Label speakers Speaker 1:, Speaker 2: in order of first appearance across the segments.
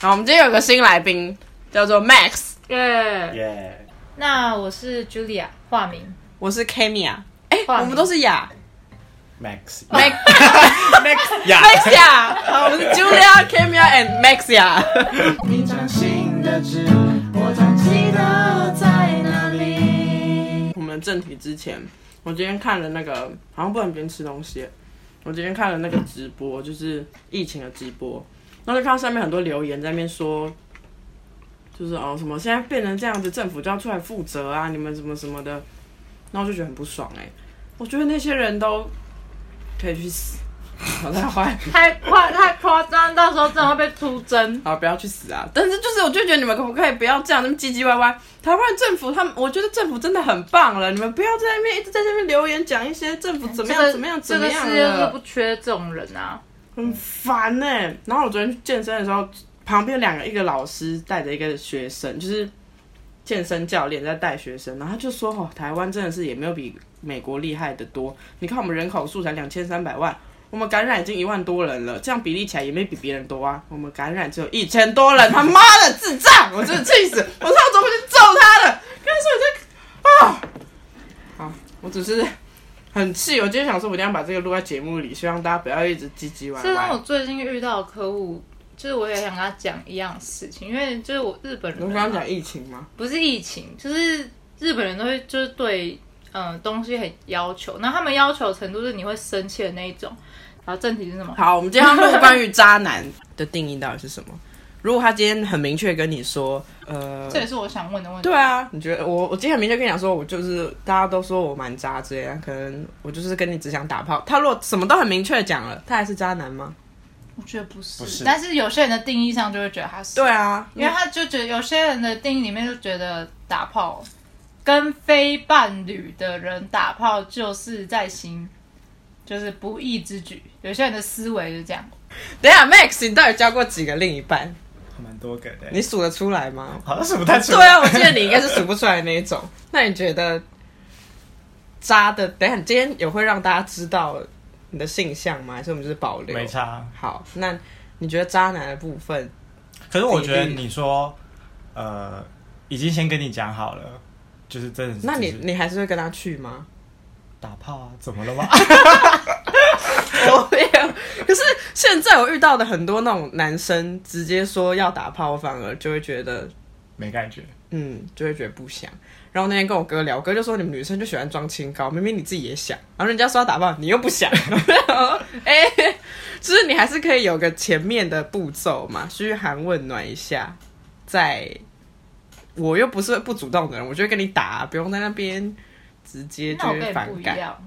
Speaker 1: 然后我们今天有个新来宾，叫做 Max，
Speaker 2: 耶！
Speaker 3: 耶、
Speaker 4: 那我是 Julia，化名。
Speaker 1: 我是 Kamia，哎、
Speaker 4: 化名
Speaker 1: 我们都是雅
Speaker 3: Max
Speaker 1: Max
Speaker 3: Max 呀
Speaker 1: Max 雅，好，我们是 Julia Kamia and Max 雅。
Speaker 5: 一张新的纸，我长记得在哪里。
Speaker 1: 我们正题之前，我今天看了那个，好像不能边吃东西。我今天看了那个直播，就是疫情的直播，然后就看到下面很多留言在那边说，就是哦什么现在变成这样子，政府就要出来负责啊，你们什么什么的，然后我就觉得很不爽哎、我觉得那些人都可以去死， 好太坏，
Speaker 4: 太夸太夸张，到时候真的会被出征。
Speaker 1: 好不要去死啊！但是就是我就觉得你们可不可以不要这样那么唧唧歪歪？台湾政府他们，我觉得政府真的很棒了，你们不要在那边一直在那边留言讲一些政府怎么样
Speaker 4: 这个
Speaker 1: 怎么样怎
Speaker 4: 这
Speaker 1: 么
Speaker 4: 个
Speaker 1: 样
Speaker 4: 世界就是
Speaker 1: 了
Speaker 4: 不缺这种人啊！
Speaker 1: 很烦呢、然后我昨天去健身的时候，旁边两个，一个老师带着一个学生，就是健身教练在带学生，然后他就说：“哦，台湾真的是也没有比美国厉害的多。你看我们人口数才两千三百万，我们感染已经一万多人了，这样比例起来也没比别人多啊。我们感染只有一千多人，他妈的智障！我真的气死！我上周我就揍他了，跟他说你在啊，好，我只是。”很气，我今天想说，我一定要把这个录在节目里，希望大家不要一直唧唧歪歪。
Speaker 4: 这跟我最近遇到的客户，就是我也想跟他讲一样的事情，因为就是我日本
Speaker 1: 我
Speaker 4: 人
Speaker 1: 刚
Speaker 4: 啊、
Speaker 1: 刚讲疫情吗？
Speaker 4: 不是疫情，就是日本人都会就是对嗯、呃东西很要求，那他们要求的程度是你会生气的那一种。然后正题是什么？
Speaker 1: 好，我们今天要录关于渣男的定义到底是什么？如果他今天很明确跟你说，呃，
Speaker 4: 这也是我想问的问题。
Speaker 1: 对啊，你觉得我我今天很明确跟你讲说，我就是大家都说我蛮渣之类的，可能我就是跟你只想打炮。他如果什么都很明确地讲了，他还是渣男吗？
Speaker 4: 我觉得不是，
Speaker 3: 不是
Speaker 4: 但是有些人的定义上就会觉得他是。
Speaker 1: 对啊，
Speaker 4: 因为他就觉得有些人的定义里面就觉得打炮跟非伴侣的人打炮就是在行就是不义之举，有些人的思维就这样。
Speaker 1: 等一下 Max，你到底交过几个另一半？
Speaker 3: 还蛮多个的，
Speaker 1: 你数得出来吗？
Speaker 3: 好像数不太出 来。
Speaker 1: 对啊，我记得你应该是数不出来的那一种。 那你觉得渣的？等一下，你今天有会让大家知道你的性向吗？还是我们就是保留？
Speaker 3: 没差。
Speaker 1: 好，那你觉得渣男的部分，
Speaker 3: 可是我觉得你说，呃，已经先跟你讲好了，就是真的是。
Speaker 1: 那你
Speaker 3: 就是
Speaker 1: 你还是会跟他去 吗？
Speaker 3: 打炮啊？怎么了 吗？
Speaker 1: 我哦没有。可是现在我遇到的很多那种男生，直接说要打炮，我反而就会觉得，
Speaker 3: 没感觉。
Speaker 1: 嗯，就会觉得不想。然后那天跟我哥聊，我哥就说你们女生就喜欢装清高，明明你自己也想，然后人家说要打炮，你又不想。 哎、就是你还是可以有个前面的步骤嘛，嘘寒问暖一下，再。我又不是不主动的人，我就会跟你打、不用在那边直接就
Speaker 4: 那我跟
Speaker 1: 会
Speaker 4: 你
Speaker 1: 反
Speaker 4: 不一
Speaker 1: 感。
Speaker 4: 样，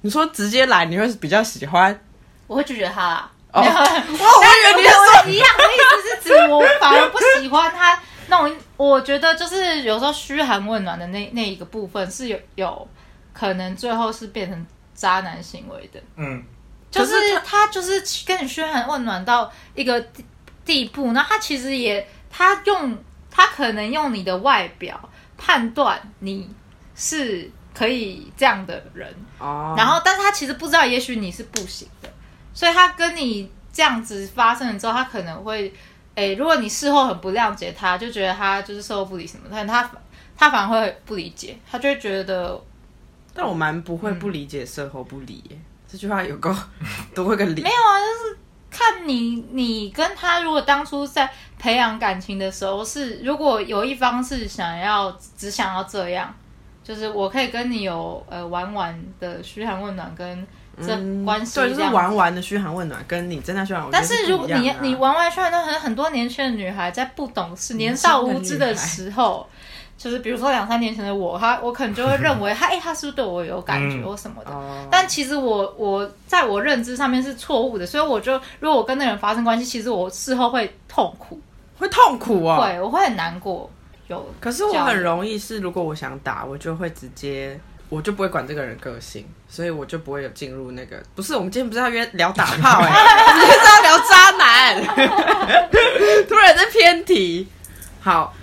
Speaker 1: 你说直接来，你会比较喜欢？
Speaker 4: 我会拒绝他 啦。
Speaker 1: 哦，
Speaker 4: 没有
Speaker 1: 哇，我以为你说
Speaker 4: 我一样，我意思是指我反而不喜欢他那种，我觉得就是有时候嘘寒问暖的那那一个部分是有有可能最后是变成渣男行为的。
Speaker 3: 嗯，
Speaker 4: 就
Speaker 1: 可是
Speaker 4: 是他就是跟你嘘寒问暖到一个地地步，然后他其实也他用他可能用你的外表判断你是可以这样的人，
Speaker 1: 哦，
Speaker 4: 然后但是他其实不知道，也许你是不行的，所以他跟你这样子发生了之后，他可能会，诶，如果你事后很不谅解他，就觉得他就是售后不理什么，但他他反而会不理解，他就会觉得
Speaker 1: 但我蛮不
Speaker 4: 嗯
Speaker 1: 会不理解售后不理耶，这句话有够 多个理
Speaker 4: 没。有啊，就是看你你跟他如果当初在培养感情的时候是，如果有一方是想要只想要这样，就是我可以跟你有呃玩玩的嘘寒问暖跟这关系、
Speaker 1: 嗯
Speaker 4: 这
Speaker 1: 对，就是
Speaker 4: 样
Speaker 1: 玩玩的嘘寒问暖，跟你真的嘘寒问暖，
Speaker 4: 但
Speaker 1: 我觉得
Speaker 4: 是
Speaker 1: 是
Speaker 4: 如果
Speaker 1: 不一
Speaker 4: 你
Speaker 1: 样啊
Speaker 4: 你玩玩出来，那很很多年轻的女孩在不懂事、年少无知的时候，就是比如说两三年前的我，她我可能就会认为她，哎、她是不是对我有感觉
Speaker 3: 嗯
Speaker 4: 或什么的？
Speaker 1: 哦
Speaker 4: 但其实我我在我认知上面是错误的，所以我就如果我跟那个人发生关系，其实我事后会痛苦，
Speaker 1: 会痛苦哦。
Speaker 4: 会我会很难过。有，
Speaker 1: 可是我很容易是，如果我想打，我就会直接，我就不会管这个人个性，所以我就不会有进入那个。不是，我们今天不是要约聊打炮哎、我们今天是要聊渣男，突然在偏题。好，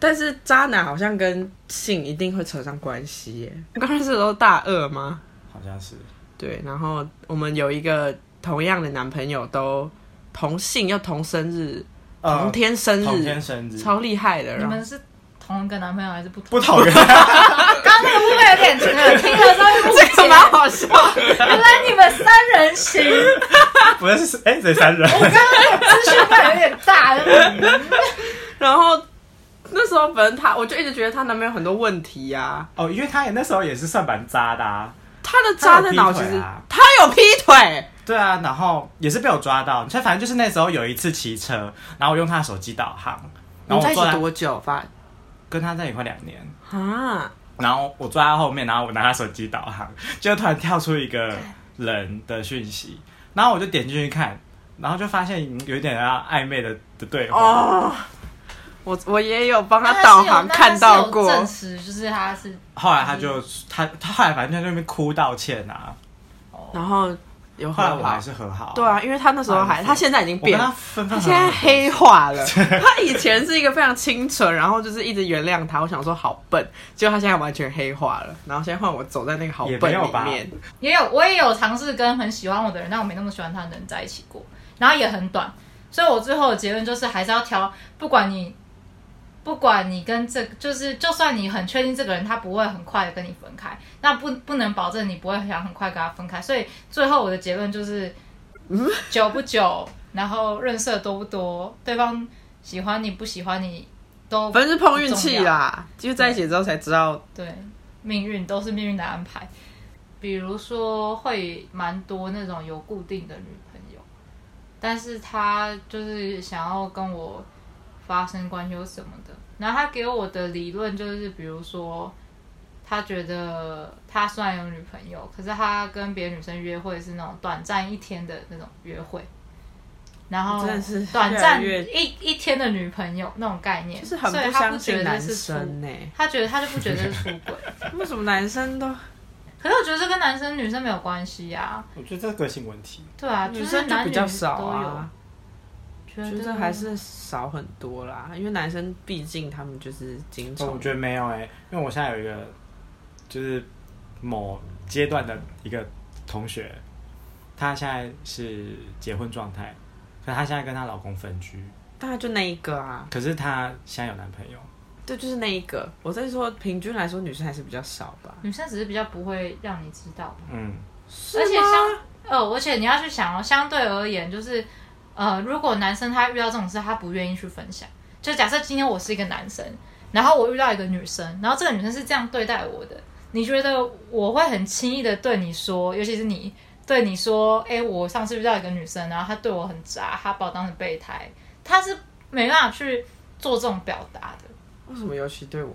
Speaker 1: 但是渣男好像跟性一定会扯上关系耶。我刚认识的时候大二吗？
Speaker 3: 好像是。
Speaker 1: 对，然后我们有一个同样的男朋友，都同姓又同生日，同
Speaker 3: 呃，
Speaker 1: 天生
Speaker 3: 同
Speaker 1: 日
Speaker 3: 天，生日，
Speaker 1: 超厉害的。
Speaker 4: 你
Speaker 1: 然后
Speaker 4: 们是同一个男朋友还是不同？
Speaker 3: 不 讨厌。
Speaker 4: 刚刚那个部分有点听了，听了稍微误
Speaker 1: 这个
Speaker 4: 解。
Speaker 1: 蛮好笑的，
Speaker 4: 啊 原来你们三人行，
Speaker 3: 不认识哎，这三人，
Speaker 4: 我刚刚那个资讯量有点大。
Speaker 1: 然后那时候反正她，我就一直觉得她男朋友很多问题呀、
Speaker 3: 哦，因为他也那时候也是算蛮渣的啊，
Speaker 1: 她的渣的脑其
Speaker 3: 她有
Speaker 1: 实
Speaker 3: 劈腿啊
Speaker 1: 她有劈腿，对
Speaker 3: 对啊，然后也是被我抓到，所以反正就是那时候有一次骑车，然后我用他的手机导航，
Speaker 1: 你
Speaker 3: 然
Speaker 1: 们
Speaker 3: 后
Speaker 1: 在
Speaker 3: 我
Speaker 1: 一
Speaker 3: 坐
Speaker 1: 起
Speaker 3: 在
Speaker 1: 多久？发
Speaker 3: 跟他在一起快两年，
Speaker 1: 啊，
Speaker 3: 然后我坐在他后面，然后我拿他手机导航，就突然跳出一个人的讯息，然后我就点进去看，然后就发现有一点啊暧昧的的对话，
Speaker 1: 哦，我我也有帮
Speaker 4: 他
Speaker 1: 她导航看到过，
Speaker 4: 证实就是他是
Speaker 3: 后来他就他他后来反正就在那边哭道歉啊，
Speaker 1: 然后有
Speaker 3: 后
Speaker 1: 和
Speaker 3: 来我
Speaker 1: 好
Speaker 3: 还。是和好，
Speaker 1: 对，啊，因为她那时候还，她现在已经
Speaker 3: 我跟
Speaker 1: 变
Speaker 3: 他
Speaker 1: 了，
Speaker 3: 分分
Speaker 1: 她
Speaker 3: 合
Speaker 1: 现在
Speaker 3: 合。
Speaker 1: 黑化 了。她以前是一个非常清纯，然后就是一直原谅他。我想说好笨，结果她现在完全黑化了。然后现在换我走在那个好
Speaker 3: 也
Speaker 1: 笨
Speaker 3: 没有
Speaker 1: 里
Speaker 3: 吧
Speaker 1: 面，
Speaker 4: 也有，我也有尝试跟很喜欢我的人，但我没那么喜欢他的人在一起过，然后也很短，所以我最后的结论就是还是要挑，不管你，不管你跟这个，就是就算你很确定这个人他不会很快的跟你分开，那不不能保证你不会想很快跟他分开，所以最后我的结论就是，久不久，然后认识的多不多，对方喜欢你不喜欢你都
Speaker 1: 反正是碰运气
Speaker 4: 不重要
Speaker 1: 啦。就是在一起之后才知道
Speaker 4: 对，命运都是命运的安排。比如说，会蛮多那种有固定的女朋友，但是她就是想要跟我发生关系或什么的。然后她给我的理论就是，比如说，她觉得她虽然有女朋友，可是她跟别的女生约会是那种短暂一天的那种约会，然后
Speaker 1: 真的是
Speaker 4: 短
Speaker 1: 越来
Speaker 4: 暂
Speaker 1: 越
Speaker 4: 一一天的女朋友那种概念，
Speaker 1: 就是很
Speaker 4: 所以
Speaker 1: 不
Speaker 4: 她
Speaker 1: 相
Speaker 4: 不觉
Speaker 1: 信
Speaker 4: 得
Speaker 1: 男
Speaker 4: 是出
Speaker 1: 生呢、
Speaker 4: 他觉得他就不觉得是出 轨。
Speaker 1: 为什么男生都
Speaker 4: 可是我觉得这跟男生女生没有关系呀、
Speaker 3: 我觉得这个个性问题，
Speaker 4: 对啊，
Speaker 1: 女
Speaker 4: 是
Speaker 1: 生就
Speaker 4: 男
Speaker 1: 比
Speaker 4: 女
Speaker 1: 较少
Speaker 4: 都有
Speaker 1: 啊？？
Speaker 4: 觉
Speaker 1: 觉得还是少很多啦，因为男生毕竟他们就是经常
Speaker 3: 我觉得没有哎、因为我现在有一个就是某阶段的一个同学，她现在是结婚状态，可她现在跟她老公分居，
Speaker 1: 大概就那一个啊，
Speaker 3: 可是她现在有男朋友，
Speaker 1: 对，就是那一个。我在说平均来说，女生还是比较少吧。
Speaker 4: 女生只是比较不会让你知道吧。
Speaker 3: 嗯，
Speaker 4: 而且
Speaker 1: 是吗
Speaker 4: 相呃，而且你要去想哦，相对而言，就是呃，如果男生他遇到这种事，他不愿意去分享。就假设今天我是一个男生，然后我遇到一个女生，然后这个女生是这样对待我的，你觉得我会很轻易的对你说，尤其是你对你说，哎、我上次遇到一个女生，然后她对我很渣，她把我当成备胎，她是没办法去做这种表达的。
Speaker 1: 为什么尤其对我？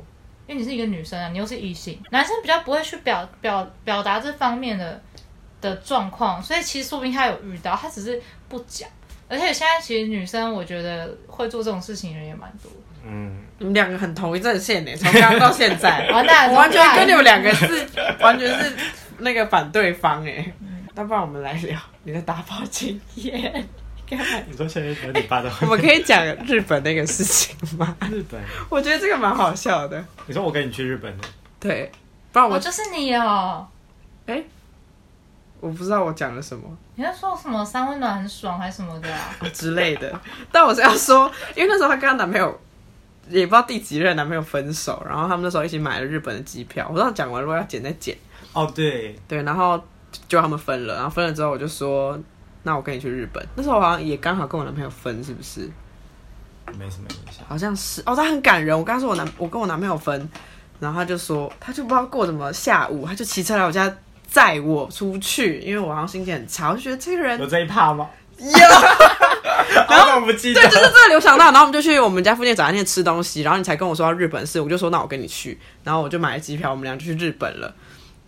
Speaker 4: 因为你是一个女生啊，你又是异性，男生比较不会去表表表达这方面的的状况，所以其实说不定他有遇到，他只是不讲。而且现在其实女生，我觉得会做这种事情的人也蛮多。，
Speaker 3: 嗯，
Speaker 1: 你们两个很同一阵线呢、从刚刚到现在
Speaker 4: 完蛋了
Speaker 1: 我 完
Speaker 4: 怎么
Speaker 1: 全
Speaker 4: 办
Speaker 1: 跟你们两个是完全是那个反对方哎、那不然我们来聊你的打炮经验。
Speaker 3: 你说现在有你爸的
Speaker 1: 我们可以讲日本那个事情吗？
Speaker 3: 日本，
Speaker 1: 我觉得这个蛮好笑的。
Speaker 3: 你说我跟你去日本的，
Speaker 1: 对，不然
Speaker 4: 我、
Speaker 1: 我
Speaker 4: 就是你哦，
Speaker 1: 我不知道我讲了什么
Speaker 4: 你在说什么三温暖很爽还是什么的啊？
Speaker 1: 之类的，但我是要说，因为那时候她跟她男朋友也不知道第几任男朋友分手，然后他们那时候一起买了日本的机票。我不知道讲完如果要剪再剪，
Speaker 3: 哦对，
Speaker 1: 对，然后就他们分了，然后分了之后我就说，那我跟你去日本。那时候我好像也刚好跟我男朋友分，是不是？
Speaker 3: 没什么印象，
Speaker 1: 好像是哦，他很感人。我刚说我男，我跟我男朋友分，然后他就说，他就不知道过什么下午，他就骑车来我家载我出去，因为我好像心情很差，我就觉得这个人
Speaker 3: 有这一趴吗？
Speaker 1: 有。
Speaker 3: 然后我不记得
Speaker 1: 对，，就是这个流想到，然后我们就去我们家附近早餐店吃东西，然后你才跟我说到日本事，我就说那我跟你去，然后我就买了机票，我们俩就去日本了。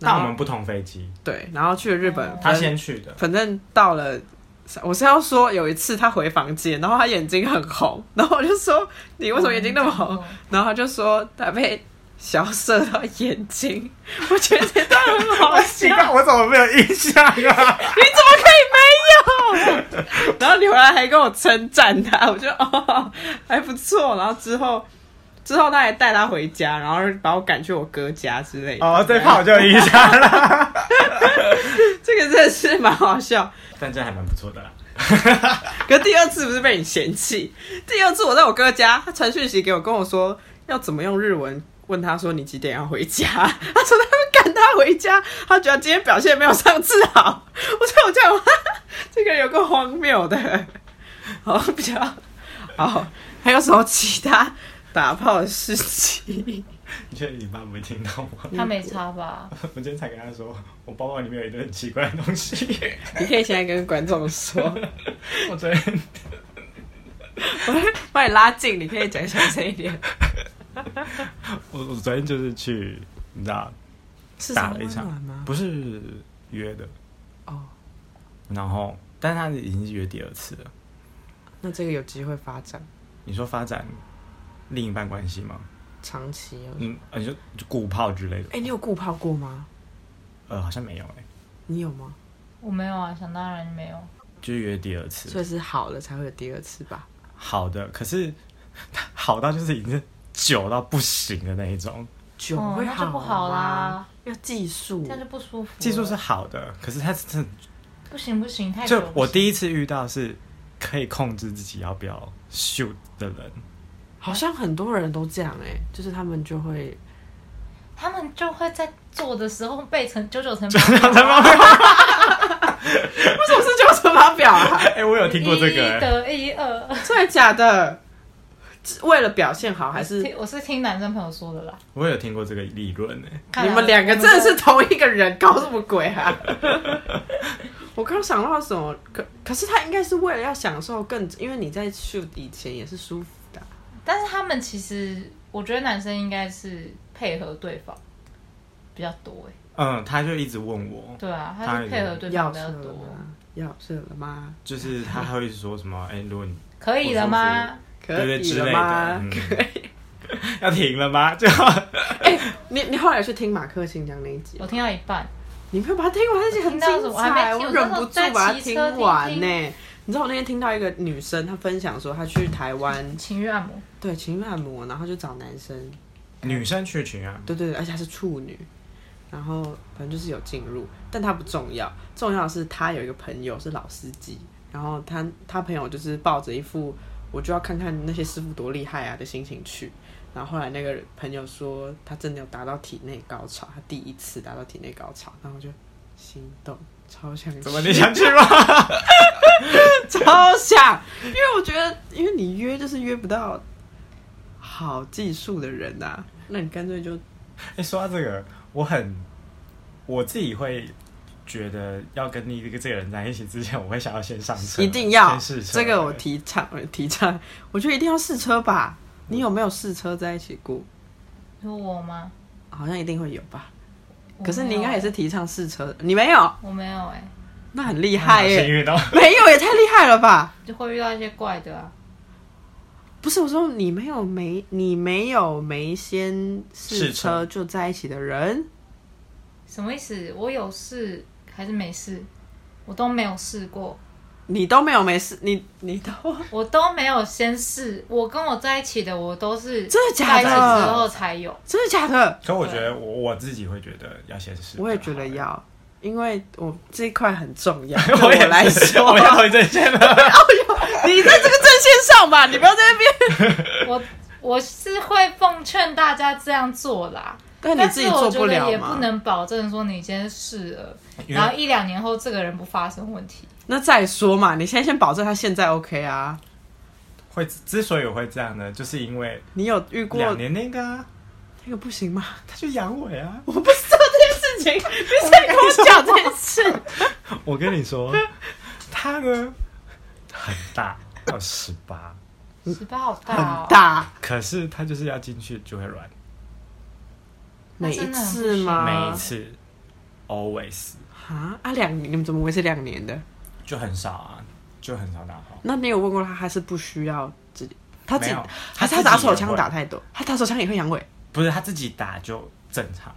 Speaker 1: 然
Speaker 3: 但
Speaker 1: 后
Speaker 3: 我们不同飞机，
Speaker 1: 对，然后去了日本，
Speaker 3: 他
Speaker 1: 反
Speaker 3: 先去的，
Speaker 1: 反正到了，我是要说有一次他回房间，然后他眼睛很红，然后我就说你为什么眼睛那么红？
Speaker 4: 哦
Speaker 1: 然后他就说他被小射到眼睛，我觉得这段很好笑，
Speaker 3: 奇怪，我怎么没有印象 啊？
Speaker 1: 你怎么可以没有？然后你回来还跟我称赞他，我就哦还不错。然后之后之后他还带他回家，然后把我赶去我哥家之类的。
Speaker 3: 哦，这一趴我就有印象了，
Speaker 1: 这个真的是蛮好笑。
Speaker 3: 但这还蛮不错的啦。
Speaker 1: 可第二次不是被你嫌弃，第二次我在我哥家，他传讯息给我，跟我说要怎么用日文问他说你几点要回家， 他说他会赶他回家，他觉得今天表现没有上次好， 我说我这样， 这个人有个荒谬的， 好比较好，还有什么其他打炮的事情？
Speaker 3: 你确定你爸不会听到吗？
Speaker 4: 他没差吧？
Speaker 3: 我今天才跟他说，我包包里面有一堆很奇怪的东西。
Speaker 1: 你可以现在跟观众说，
Speaker 3: 我昨天
Speaker 1: 我会把你拉近，你可以讲小声一点。
Speaker 3: 我我昨天就是去，你知道，
Speaker 1: 是
Speaker 3: 打了一场
Speaker 1: 温暖吗？
Speaker 3: 不是约的，
Speaker 1: 哦，
Speaker 3: 然后但是他已经是约第二次了。
Speaker 1: 那这个有机会发展
Speaker 3: 你说发展另一半关系吗？
Speaker 1: 长期哦。
Speaker 3: 嗯，啊你说就固炮之类的
Speaker 1: 哎、？你有顾泡过吗？
Speaker 3: 呃，好像没有哎、
Speaker 1: 你有吗？
Speaker 4: 我没有啊，想当然没有。
Speaker 3: 就是约第二次。
Speaker 1: 所以是好了才会有第二次吧？
Speaker 3: 好的，可是 好到就是已经是久到不行的那一种。
Speaker 1: 酒
Speaker 4: 哦
Speaker 1: 会
Speaker 4: 那就不
Speaker 1: 好
Speaker 4: 好
Speaker 1: 啊
Speaker 4: 啦，
Speaker 1: 要技术
Speaker 4: 这。样就不舒服了。
Speaker 3: 技术是好的，可是他是真的
Speaker 4: 不行不行，太久
Speaker 3: 就
Speaker 4: 不
Speaker 3: 我
Speaker 4: 行
Speaker 3: 第一次遇到是可以控制自己要不要 shoot 的人，
Speaker 1: 好像很多人都这样哎、就是他们就会
Speaker 4: 他们就会在做的时候背成九九乘
Speaker 1: 为什么是九乘法表啊？
Speaker 3: 哎、我有听过这
Speaker 4: 一
Speaker 3: 个、哎
Speaker 4: 得一二。
Speaker 1: 真的假的？是为了表现好还是
Speaker 4: 听我是听男生朋友说的啦。
Speaker 3: 我有听过这个理论哎、
Speaker 4: 看啊
Speaker 1: 你
Speaker 4: 来
Speaker 1: 们两个
Speaker 4: 我
Speaker 1: 真
Speaker 4: 都
Speaker 1: 的是同一个人，搞什么鬼啊！ 我刚想到什么，可可是他应该是为了要享受更，因为你在 shoot 以前也是舒服的啊，
Speaker 4: 但是他们其实，我觉得男生应该是配合对方比较多哎、
Speaker 3: 嗯，他就一直问我，
Speaker 4: 对啊，他是配合对
Speaker 1: 要
Speaker 4: 方比
Speaker 1: 射
Speaker 4: 较
Speaker 1: 了
Speaker 4: 多。
Speaker 1: 吗？要射了吗？
Speaker 3: 就是他会说什 么，哎、如果你
Speaker 4: 可以了吗？
Speaker 1: 可
Speaker 3: 对对
Speaker 1: 以
Speaker 3: 之
Speaker 1: 了
Speaker 3: 类的
Speaker 1: 吗？
Speaker 3: 嗯
Speaker 1: 可以。
Speaker 3: 要停了吗？就
Speaker 1: 你你后来有去听马克信讲那一集
Speaker 4: 我，听到一半，
Speaker 1: 你没有把它听完，那集很
Speaker 4: 我听到什
Speaker 1: 精
Speaker 4: 么我还
Speaker 1: 彩，
Speaker 4: 没听
Speaker 1: 我忍
Speaker 4: 我那时
Speaker 1: 不
Speaker 4: 候
Speaker 1: 住
Speaker 4: 在
Speaker 1: 把它
Speaker 4: 骑
Speaker 1: 听
Speaker 4: 车
Speaker 1: 完
Speaker 4: 听
Speaker 1: 呢、你知道我那天听到一个女生，她分享说她去台湾
Speaker 4: 情欲按摩，
Speaker 1: 对情侣按摩，然后就找男生，
Speaker 3: 女生去群啊，
Speaker 1: 对对对，而且她是处女，然后反正就是有进入，但她不重要，重要的是她有一个朋友是老司机，然后她她朋友就是抱着一副我就要看看那些师傅多厉害啊的心情去，然后后来那个朋友说他真的有达到体内高潮，他第一次达到体内高潮，然后我就心动，超想
Speaker 3: 怎么
Speaker 1: 去
Speaker 3: 你想去吗？
Speaker 1: 超想， 因为我觉得，因为你约就是约不到好技术的人呐、那你干脆就
Speaker 3: 哎、说到这个，我很我自己会觉得要跟你这个这个人在一起之前，我会想要先上车，
Speaker 1: 一定要
Speaker 3: 先试车。
Speaker 1: 这个我提倡呃提倡，我觉得一定要试车吧。你有没有试车在一起过？
Speaker 4: 你说我吗？
Speaker 1: 好像一定会有吧。
Speaker 4: 我
Speaker 1: 可是你
Speaker 4: 没有欸
Speaker 1: 应该也是提倡试车的，你没有，
Speaker 4: 我没有哎、
Speaker 1: 那很厉
Speaker 3: 嗯
Speaker 1: 害耶、
Speaker 3: 幸运哦。
Speaker 1: 没有也太厉害了吧？
Speaker 4: 就会遇到一些怪的啊。
Speaker 1: 不是我说你没有没你没有没先试车
Speaker 3: 试车
Speaker 1: 就在一起的人，
Speaker 4: 什么意思？我有事还是没事？我都没有试过，
Speaker 1: 你都没有没试，你你都
Speaker 4: 我都没有先试。我跟我在一起的，我都是
Speaker 1: 真的假
Speaker 4: 在
Speaker 1: 的
Speaker 4: 一起之后才有。
Speaker 1: 真的假的？
Speaker 3: 可我觉得我我自己会觉得要先试，
Speaker 1: 我也觉得。要，因为我这一块很重要，对
Speaker 3: 我也
Speaker 1: 我来
Speaker 3: 是
Speaker 1: 说。 哎
Speaker 3: 我要回正线 了。
Speaker 1: 你在这个阵线上吧，你不要在那边。
Speaker 4: 我我是会奉劝大家这样做啦，
Speaker 1: 但你
Speaker 4: 但
Speaker 1: 自
Speaker 4: 是
Speaker 1: 己做
Speaker 4: 我
Speaker 1: 不
Speaker 4: 觉得
Speaker 1: 了
Speaker 4: 也
Speaker 1: 嘛
Speaker 4: 不？能保证说你今天试了，
Speaker 3: 因
Speaker 4: 然后
Speaker 3: 为
Speaker 4: 一两年后这个人不发生问题。
Speaker 1: 那再说嘛，你现在先保证他现在 OK 啊。
Speaker 3: 会之所以我会这样呢，就是因为
Speaker 1: 你有遇过
Speaker 3: 两年那个啊，
Speaker 1: 那个不行吗？
Speaker 3: 他就阳痿啊。
Speaker 1: 我不知道这 件事情，你在跟我讲这件事。
Speaker 3: 我跟你说，他呢很大，到十八，
Speaker 4: 十八好
Speaker 1: 嗯很
Speaker 4: 大哦，
Speaker 1: 大，
Speaker 3: 可是他就是要进去就会软，
Speaker 1: 每
Speaker 4: 真
Speaker 1: 一
Speaker 4: 的很不
Speaker 1: 次吗？
Speaker 3: 每一次 always
Speaker 1: 啊啊！两年，你们怎么维持两年的？
Speaker 3: 就很少啊，就很少打炮。
Speaker 1: 那你有问过他，他是不需要自己，他自己
Speaker 3: 没有
Speaker 1: 还是
Speaker 3: 他自己
Speaker 1: 他打手枪
Speaker 3: 也会
Speaker 1: 打太多？他打手枪也会阳痿，
Speaker 3: 不是他自己打就正常。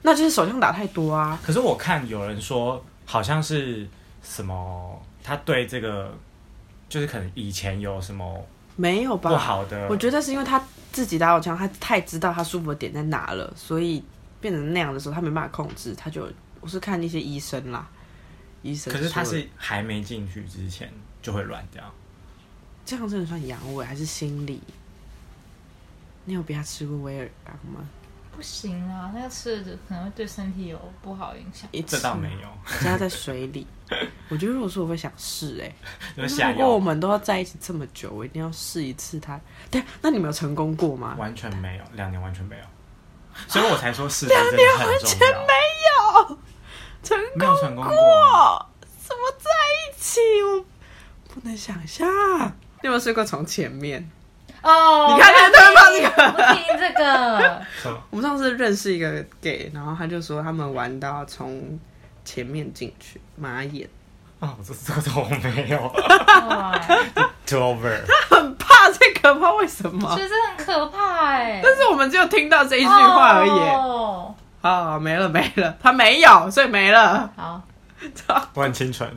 Speaker 1: 那就是手枪打太多啊。
Speaker 3: 可是我看有人说，好像是什么，他对这个就是可能以前有什么
Speaker 1: 没有吧？
Speaker 3: 不好的，
Speaker 1: 我觉得是因为他自己打手枪，他太知道他舒服的点在哪了，所以变成那样的时候，他没办法控制，他就我是看一些医生啦，医生
Speaker 3: 可是它
Speaker 1: 说的
Speaker 3: 是还没进去之前就会软掉，
Speaker 1: 这样，真的算阳痿还是心理？你有被他吃过威尔刚吗？
Speaker 4: 不行啊，那个吃的可能会对身体有不好影响。
Speaker 1: 一
Speaker 3: 这倒
Speaker 1: 次
Speaker 3: 没有。
Speaker 1: 加在水里。我觉得如果说我会想试哎、
Speaker 3: 就下
Speaker 1: 如果我
Speaker 3: 药
Speaker 1: 们都要在一起这么久，我一定要试一次他。对，那你们有成功过吗？
Speaker 3: 完全没有，两年完全没有，所以我才说试飞真的很重要，
Speaker 1: 没有，成
Speaker 3: 没有成功过。
Speaker 1: 过，怎么在一起？我不能想象。你有没有试过从前面？
Speaker 4: 哦，
Speaker 1: 你看
Speaker 4: 不
Speaker 1: 那个
Speaker 4: 要
Speaker 1: 对方那个，
Speaker 4: 不听这 个，
Speaker 3: 什么
Speaker 1: 我们上次认识一个 gay，然后他就说他们玩到从前面进去马眼，
Speaker 3: 啊，我这这个我没有
Speaker 4: 哇，
Speaker 3: ，too over。
Speaker 1: 很怕这个，不知道为什么
Speaker 4: 所。以这很可怕哎、
Speaker 1: 但是我们只有听到这一句话而已。
Speaker 4: 哦，
Speaker 1: 啊、没了没了，他没有，所以没了。
Speaker 4: 好，
Speaker 3: 我很清纯，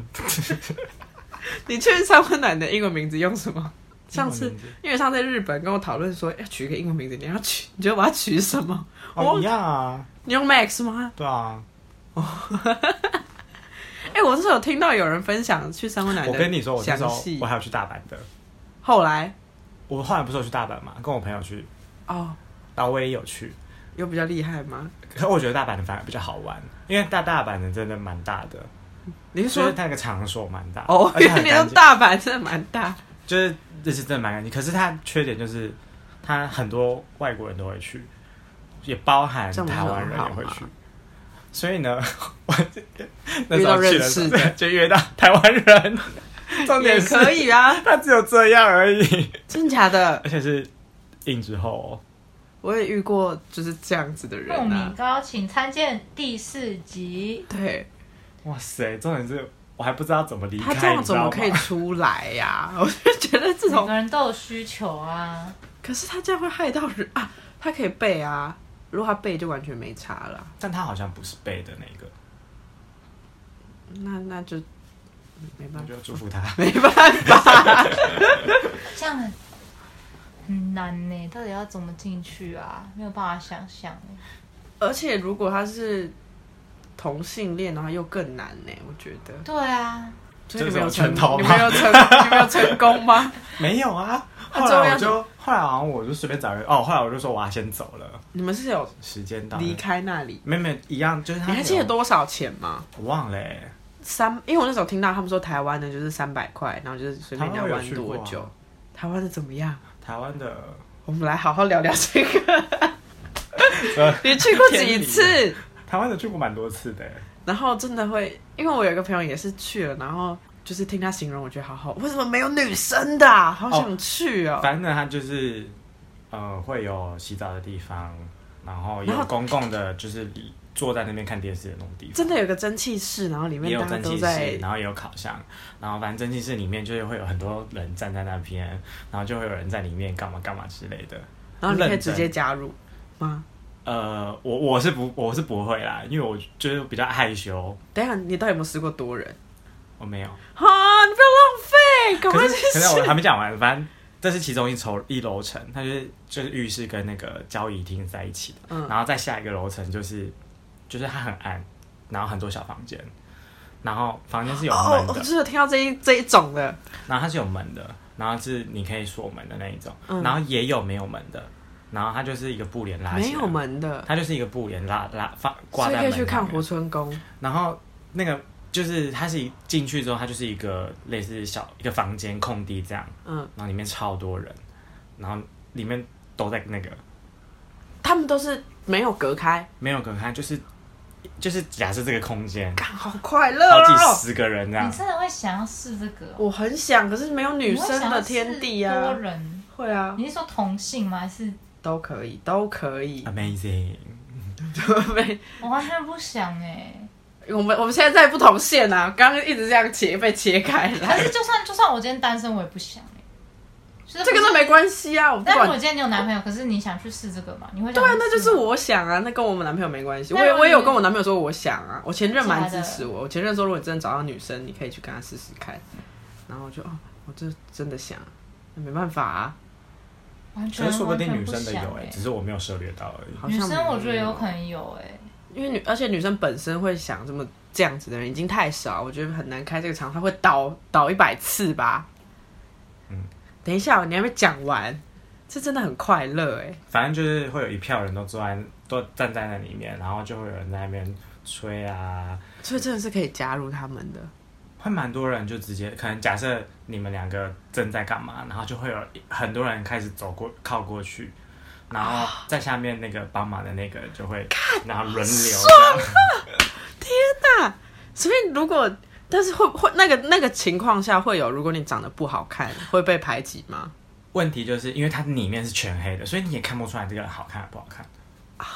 Speaker 1: 你确认三温暖的英文名字用什么？上次
Speaker 3: 英文名字
Speaker 1: 因为上次在日本跟我讨论说要取一个英文名字，你要取，你觉得我要取什么？
Speaker 3: 哦
Speaker 1: 我
Speaker 3: 一样啊，
Speaker 1: 你用 Max 吗？
Speaker 3: 对啊。
Speaker 1: 哎、我这时候有听到有人分享去三温暖的
Speaker 3: 我跟你说，我那
Speaker 1: 哎详
Speaker 3: 时候
Speaker 1: 细
Speaker 3: 我还有去大阪的，
Speaker 1: 后来
Speaker 3: 我后来不是有去大阪嘛，跟我朋友去，
Speaker 1: 哦，
Speaker 3: 然后我也有去，
Speaker 1: 有比较厉害吗？
Speaker 3: 可是我觉得大阪的反而比较好玩，因为大大阪的真的蛮大的，
Speaker 1: 你是
Speaker 3: 就
Speaker 1: 说
Speaker 3: 是它那个场所蛮大
Speaker 1: 哦，
Speaker 3: 而且
Speaker 1: 因为
Speaker 3: 很
Speaker 1: 你说
Speaker 3: 干净，
Speaker 1: 大阪真的蛮大，
Speaker 3: 就是这是真的蛮干净。可是它缺点就是，它很多外国人都会去，也包含
Speaker 1: 这样不是
Speaker 3: 台
Speaker 1: 很
Speaker 3: 湾人也会
Speaker 1: 好
Speaker 3: 去
Speaker 1: 吗。
Speaker 3: 所以呢，我那
Speaker 1: 遇
Speaker 3: 时
Speaker 1: 到
Speaker 3: 候去
Speaker 1: 认
Speaker 3: 的
Speaker 1: 识
Speaker 3: 时
Speaker 1: 的
Speaker 3: 候就约到台湾人， 重
Speaker 1: 也
Speaker 3: 点是
Speaker 1: 可以啊，
Speaker 3: 他只有这样而已，
Speaker 1: 真假的？
Speaker 3: 而且是硬之后、哦。
Speaker 1: 我也遇过就是这样子的人
Speaker 4: 莫名
Speaker 1: 啊。
Speaker 4: 高，请参见第四集。
Speaker 1: 对
Speaker 3: 哦哇塞，重点是我还不知道怎么离开，
Speaker 1: 他这样
Speaker 3: 你知
Speaker 1: 怎
Speaker 3: 道
Speaker 1: 么
Speaker 3: 吗
Speaker 1: 可以出来呀、我就觉得这
Speaker 4: 每
Speaker 1: 种
Speaker 4: 个，人都有需求啊，
Speaker 1: 可是他这样会害到人 啊。他可以背啊，如果他背就完全没差了。
Speaker 3: 但他好像不是背的那个，
Speaker 1: 那那就没办
Speaker 3: 我
Speaker 1: 法
Speaker 3: 就，祝福他。
Speaker 1: 没办法。
Speaker 4: 这样很很难呢、到底要怎么进去啊？没有办法想象、欸。
Speaker 1: 而且如果他是同性恋的话，又更难呢、我觉得。
Speaker 4: 对啊，
Speaker 1: 所以你们有
Speaker 3: 这
Speaker 1: 成
Speaker 3: 种拳头
Speaker 1: 你
Speaker 3: 吗
Speaker 1: 们有成，你们有成功吗？
Speaker 3: 没有啊，
Speaker 1: 那
Speaker 3: 后
Speaker 1: 最后
Speaker 3: 来
Speaker 1: 要
Speaker 3: 我就后来好像我就随便找人哦，后来我就说我要先走了，
Speaker 1: 你们是有
Speaker 3: 时间到了
Speaker 1: 离，开那里？
Speaker 3: 没有没有一样，就是他
Speaker 1: 你还记得
Speaker 3: 有
Speaker 1: 多少钱吗？
Speaker 3: 我忘了、欸，
Speaker 1: 三，因为我那时候听到他们说台湾的就是三百块，然后就是随便你要
Speaker 3: 台湾
Speaker 1: 玩
Speaker 3: 有去过
Speaker 1: 多
Speaker 3: 啊
Speaker 1: 久。台湾的怎么样？
Speaker 3: 台湾的
Speaker 1: 我们来好好聊聊这个。
Speaker 3: 呃
Speaker 1: 你去过几次？
Speaker 3: 台湾的去过蛮多次的、欸，
Speaker 1: 然后真的会，因为我有一个朋友也是去了，然后就是听他形容，我觉得好好。为什么没有女生的啊、好想去哦。
Speaker 3: 反正他就是呃会有洗澡的地方，然后
Speaker 1: 然
Speaker 3: 有
Speaker 1: 后
Speaker 3: 公共的，就是你坐在那边看电视的那种地方。
Speaker 1: 真的有个蒸汽室，然后里
Speaker 3: 也
Speaker 1: 面
Speaker 3: 有
Speaker 1: 大家
Speaker 3: 蒸
Speaker 1: 都
Speaker 3: 汽
Speaker 1: 在
Speaker 3: 室，然后也有烤箱，然后反正蒸汽室里面就是会有很多人站在那边，然后就会有人在里面干嘛干嘛之类的。
Speaker 1: 然后你可以
Speaker 3: 认
Speaker 1: 直
Speaker 3: 真
Speaker 1: 接加入吗？
Speaker 3: 呃，我我是不我是不会啦，因为我就是比较害羞，
Speaker 1: 等一下，你到底有没有试过多人？
Speaker 3: 我没有。
Speaker 1: 啊！你不要浪费，赶
Speaker 3: 可
Speaker 1: 快
Speaker 3: 是
Speaker 1: 去
Speaker 3: 可是我还
Speaker 1: 试。
Speaker 3: 没讲完，反正这是其中一层一楼层，它就是就是浴室跟那个交易厅在一起的，
Speaker 1: 嗯
Speaker 3: 然后再下一个楼层就是就是它很暗，然后很多小房间，然后房间是有
Speaker 1: 哦
Speaker 3: 门，
Speaker 1: 我
Speaker 3: 的，
Speaker 1: 就是有听到这一这一种的，
Speaker 3: 然后它是有门的，然后是你可以锁门的那一种，
Speaker 1: 嗯
Speaker 3: 然后也有没有门的，然后它就是一个布帘拉起来，
Speaker 1: 没有，门的，
Speaker 3: 它就是一个布帘拉拉放挂
Speaker 1: 所以
Speaker 3: 在
Speaker 1: 可
Speaker 3: 门
Speaker 1: 以去看
Speaker 3: 上面
Speaker 1: 活春宫。
Speaker 3: 然后那个就是它是一进去之后，它就是一个类似小一个房间空地这样，
Speaker 1: 嗯，
Speaker 3: 然后里面超多人，然后里面都在那个
Speaker 1: 他们都是没有隔开，
Speaker 3: 没有隔开，就是就是假设这个空 间
Speaker 1: 干好快乐
Speaker 3: 好几
Speaker 1: 哦！
Speaker 3: 十个人这
Speaker 4: 你
Speaker 3: 样，
Speaker 4: 真的会想要试这个哦、
Speaker 1: 我很想，可是没有女生的天地
Speaker 4: 你会想要
Speaker 1: 啊
Speaker 4: 试多。人，
Speaker 1: 会啊，
Speaker 4: 你是说同性吗？还是
Speaker 1: 都可以，都可以。
Speaker 3: amazing，
Speaker 1: 没，
Speaker 4: 我完全不想哎、
Speaker 1: 我们我们现在在不同线啊，刚刚一直这样切被切开
Speaker 4: 还
Speaker 1: 来，
Speaker 4: 是就算就算我今天单身，我也不想哎、就是
Speaker 1: 这个都没关系啊，我不
Speaker 4: 但如果
Speaker 1: 管。
Speaker 4: 今天你有男朋友，可是你想去试这个嘛？你会对
Speaker 1: 对啊，那就是我想啊，那跟我们男朋友没关系。
Speaker 4: 嗯那
Speaker 1: 我也
Speaker 4: 如果
Speaker 1: 我也有
Speaker 4: 你
Speaker 1: 跟我男朋友说我想啊，我前任蛮
Speaker 4: 假
Speaker 1: 支
Speaker 4: 的
Speaker 1: 持我。我前任说，如果你真的找到女生，你可以去跟她试试看。然后我就哦，我这真的想，啊那没办法啊，
Speaker 4: 完
Speaker 3: 可
Speaker 4: 全
Speaker 3: 是说不定
Speaker 4: 啊完全
Speaker 3: 女
Speaker 4: 不
Speaker 3: 生的
Speaker 4: 想
Speaker 3: 有哎、
Speaker 4: 欸
Speaker 3: 只是我没有涉猎到而已。
Speaker 1: 好
Speaker 4: 哎女
Speaker 1: 像
Speaker 4: 生我
Speaker 1: 没
Speaker 4: 觉得有可能有哎、
Speaker 1: 因为女而且女生本身会想这么这样子的人已经太少，啊我觉得很难开这个场，他会倒倒一百次吧。
Speaker 3: 嗯
Speaker 1: 等一下，你还没讲完，这真的很快乐哎、
Speaker 3: 反正就是会有一票人都坐在都站在那里面，然后就会有人在那边吹啊，
Speaker 1: 所以真的是可以加入他们的。
Speaker 3: 会蛮多人就直接可能假设你们两个正在干嘛，然后就会有很多人开始走过靠过去，然后
Speaker 4: 啊
Speaker 3: 在下面那个帮忙的那个就会，然后轮流这样。
Speaker 1: 所以如果，但是会会那个那个情况下会有，如果你长得不好看，会被排挤吗？
Speaker 3: 问题就是因为它里面是全黑的，所以你也看不出来这个人好看还不好看，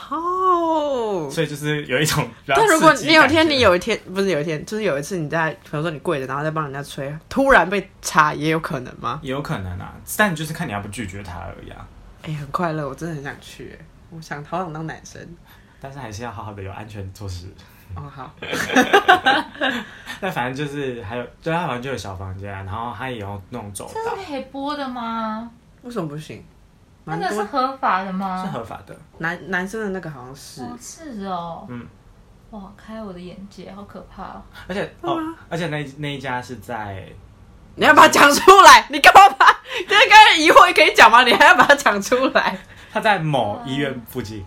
Speaker 1: 哦、
Speaker 3: 所以就是有一种比较
Speaker 1: 但如果
Speaker 3: 刺激
Speaker 1: 你有
Speaker 3: 感
Speaker 1: 一天，
Speaker 3: 觉
Speaker 1: 你有一天不是有一天，就是有一次你在，比如说你跪着，然后再帮人家吹，突然被插，也有可能吗？
Speaker 3: 也有可能啊，但就是看你要不拒绝他而已啊。
Speaker 1: 哎、很快乐，我真的很想去、哎我想好想当男生。
Speaker 3: 但是还是要好好的有安全措施。
Speaker 1: 哦，好，
Speaker 3: 那反正就是还有，对，它好像就有小房间啊，然后它也有那种走
Speaker 4: 这
Speaker 3: 道，
Speaker 4: 是可以播的吗？
Speaker 1: 为什么不行？
Speaker 4: 那
Speaker 1: 蛮
Speaker 4: 个是
Speaker 1: 多
Speaker 4: 合法的吗？
Speaker 3: 是合法的。
Speaker 1: 男男生的那个好像是，
Speaker 4: 哦是哦，
Speaker 3: 嗯，
Speaker 4: 哇，开我的眼界，好可怕哦！
Speaker 3: 而且哦，而且那那一家是在
Speaker 1: 你要把它讲出来，你干嘛把？你刚刚疑惑可以讲吗？你还要把它讲出来？
Speaker 3: 它在某医院附近，
Speaker 1: 嗯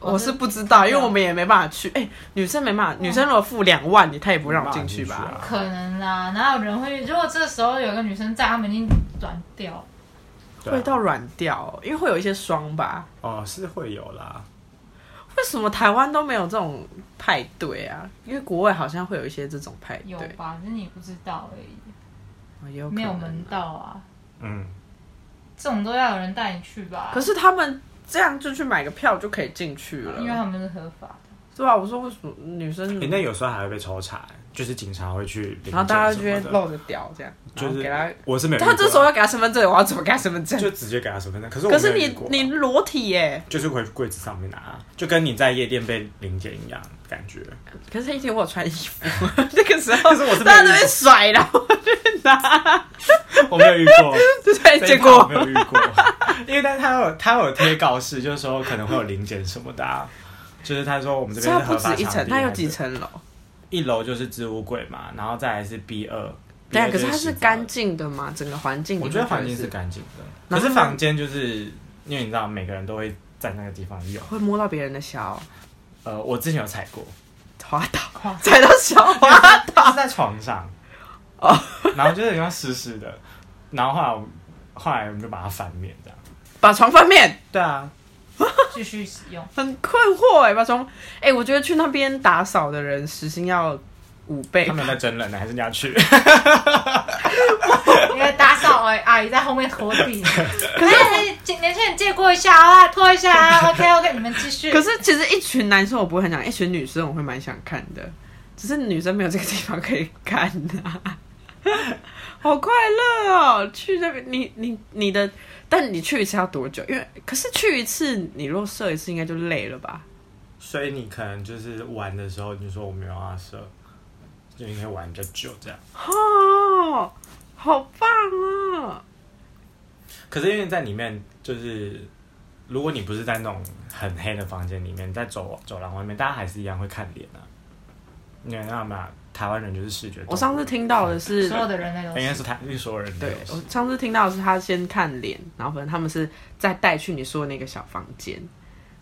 Speaker 1: 我是不知道，因为我们也没办法去。哎、女生没
Speaker 4: 哦
Speaker 1: 办法，女生如果付两万，你她也不让我进去
Speaker 3: 没办
Speaker 1: 吧？
Speaker 3: 法进去啊
Speaker 4: 可能啦，哪有人会？如果这时候有个女生在，他们已经转掉。
Speaker 3: 对啊
Speaker 1: 会到软掉哦、因为会有一些霜吧？
Speaker 3: 哦是会有啦，
Speaker 1: 为什么台湾都没有这种派对啊？因为国外好像会有一些这种派对
Speaker 4: 有，吧？只是你不知道而已，
Speaker 1: 哦也有可
Speaker 4: 没有
Speaker 1: 能
Speaker 4: 门道啊。
Speaker 3: 嗯，
Speaker 4: 这种都要有人带你去吧？
Speaker 1: 可是他们这样就去买个票就可以进去了
Speaker 3: 啊
Speaker 4: 因，为他们是合法的，
Speaker 1: 对吧、我说为什么女生
Speaker 3: 诶，哎欸那有时候还会被抽查，就是警察会去领证什么的，
Speaker 1: 然后大家就会露着屌这样，
Speaker 3: 就
Speaker 1: 然后
Speaker 3: 是
Speaker 1: 给他。
Speaker 3: 我是没有遇过
Speaker 1: 他
Speaker 3: 啊，
Speaker 1: 这时候要给他身份证，我要怎么给他身份证？
Speaker 3: 就直接给他身份证，可是我
Speaker 1: 可是
Speaker 3: 没有
Speaker 1: 你
Speaker 3: 遇过啊
Speaker 1: 你裸体耶，
Speaker 3: 就是回柜子上面拿，啊就跟你在夜店被零检一样感觉。
Speaker 1: 可是一天我有穿衣 服，那个时候
Speaker 3: 可是我是没有
Speaker 1: 大家
Speaker 3: 遇
Speaker 1: 都
Speaker 3: 过
Speaker 1: 被甩，然后我就拿，
Speaker 3: 我没有遇 过，
Speaker 1: 就在
Speaker 3: 这
Speaker 1: 结
Speaker 3: 一趴我
Speaker 1: 果
Speaker 3: 没有遇 过，因为但是他有他有贴告示，就是说可能会有零检什么的、啊，就是他说我们这边
Speaker 1: 它
Speaker 3: 是
Speaker 1: 不
Speaker 3: 合法
Speaker 1: 止一
Speaker 3: 场
Speaker 1: 层，
Speaker 3: 地，
Speaker 1: 它有几？层楼？
Speaker 3: 一楼就是置物柜嘛，然后再来是 B 二。
Speaker 1: 对啊，
Speaker 3: B2
Speaker 1: 可是它
Speaker 3: 就是洗澡
Speaker 1: 干，净的嘛，整个环境里
Speaker 3: 我
Speaker 1: 面
Speaker 3: 觉
Speaker 1: 都
Speaker 3: 得
Speaker 1: 是。
Speaker 3: 环境是干净的，
Speaker 1: 然
Speaker 3: 可
Speaker 1: 后
Speaker 3: 是房间就是因为你知道每个人都会在那个地方用，
Speaker 1: 会摸到别人的小
Speaker 3: 呃，我之前有踩 过，
Speaker 1: 滑倒
Speaker 4: 哇，
Speaker 1: 踩到小滑
Speaker 3: 就是在床上，
Speaker 1: 哦，
Speaker 3: 然后就是有点湿湿的，然后后来我们后来我们就把它翻面这样，
Speaker 1: 把床翻面，
Speaker 3: 对啊，
Speaker 4: 继续使用。
Speaker 1: 很困惑哎、把床哎、我觉得去那边打扫的人时薪要五倍
Speaker 3: 他，们有在真人呢，还是你要去？
Speaker 4: 因为打扫哎，阿姨在后面拖 地。哎，年年轻人借过一下啊，拖一下啊。OK OK，你们继 续。
Speaker 1: 可是其实一群男生我不会很想，一群女生我会蛮想看的，只是女生没有这个地方可以看啊。 好快乐哦！去那边，你你你的，但你去一次要多久？因为可是去一次，你若射一次，应该就累了吧？
Speaker 3: 所以你可能就是玩的时候，你就说我没有要射，就你可以玩比较久这样。
Speaker 1: 哦，好棒啊！
Speaker 3: 可是因为在里面，就是如果你不是在那种很黑的房间里面，在走走廊外面，大家还是一样会看脸啊。你知道吗？台湾人就是视觉动物。啊
Speaker 1: 我上次听到的是
Speaker 4: 所，有的人类都
Speaker 3: 应该
Speaker 4: 是
Speaker 3: 是台，因为所有人都
Speaker 1: 对
Speaker 3: 有
Speaker 1: 我上次听到的是他先看脸，然后反正他们是再带去你说的那个小房间，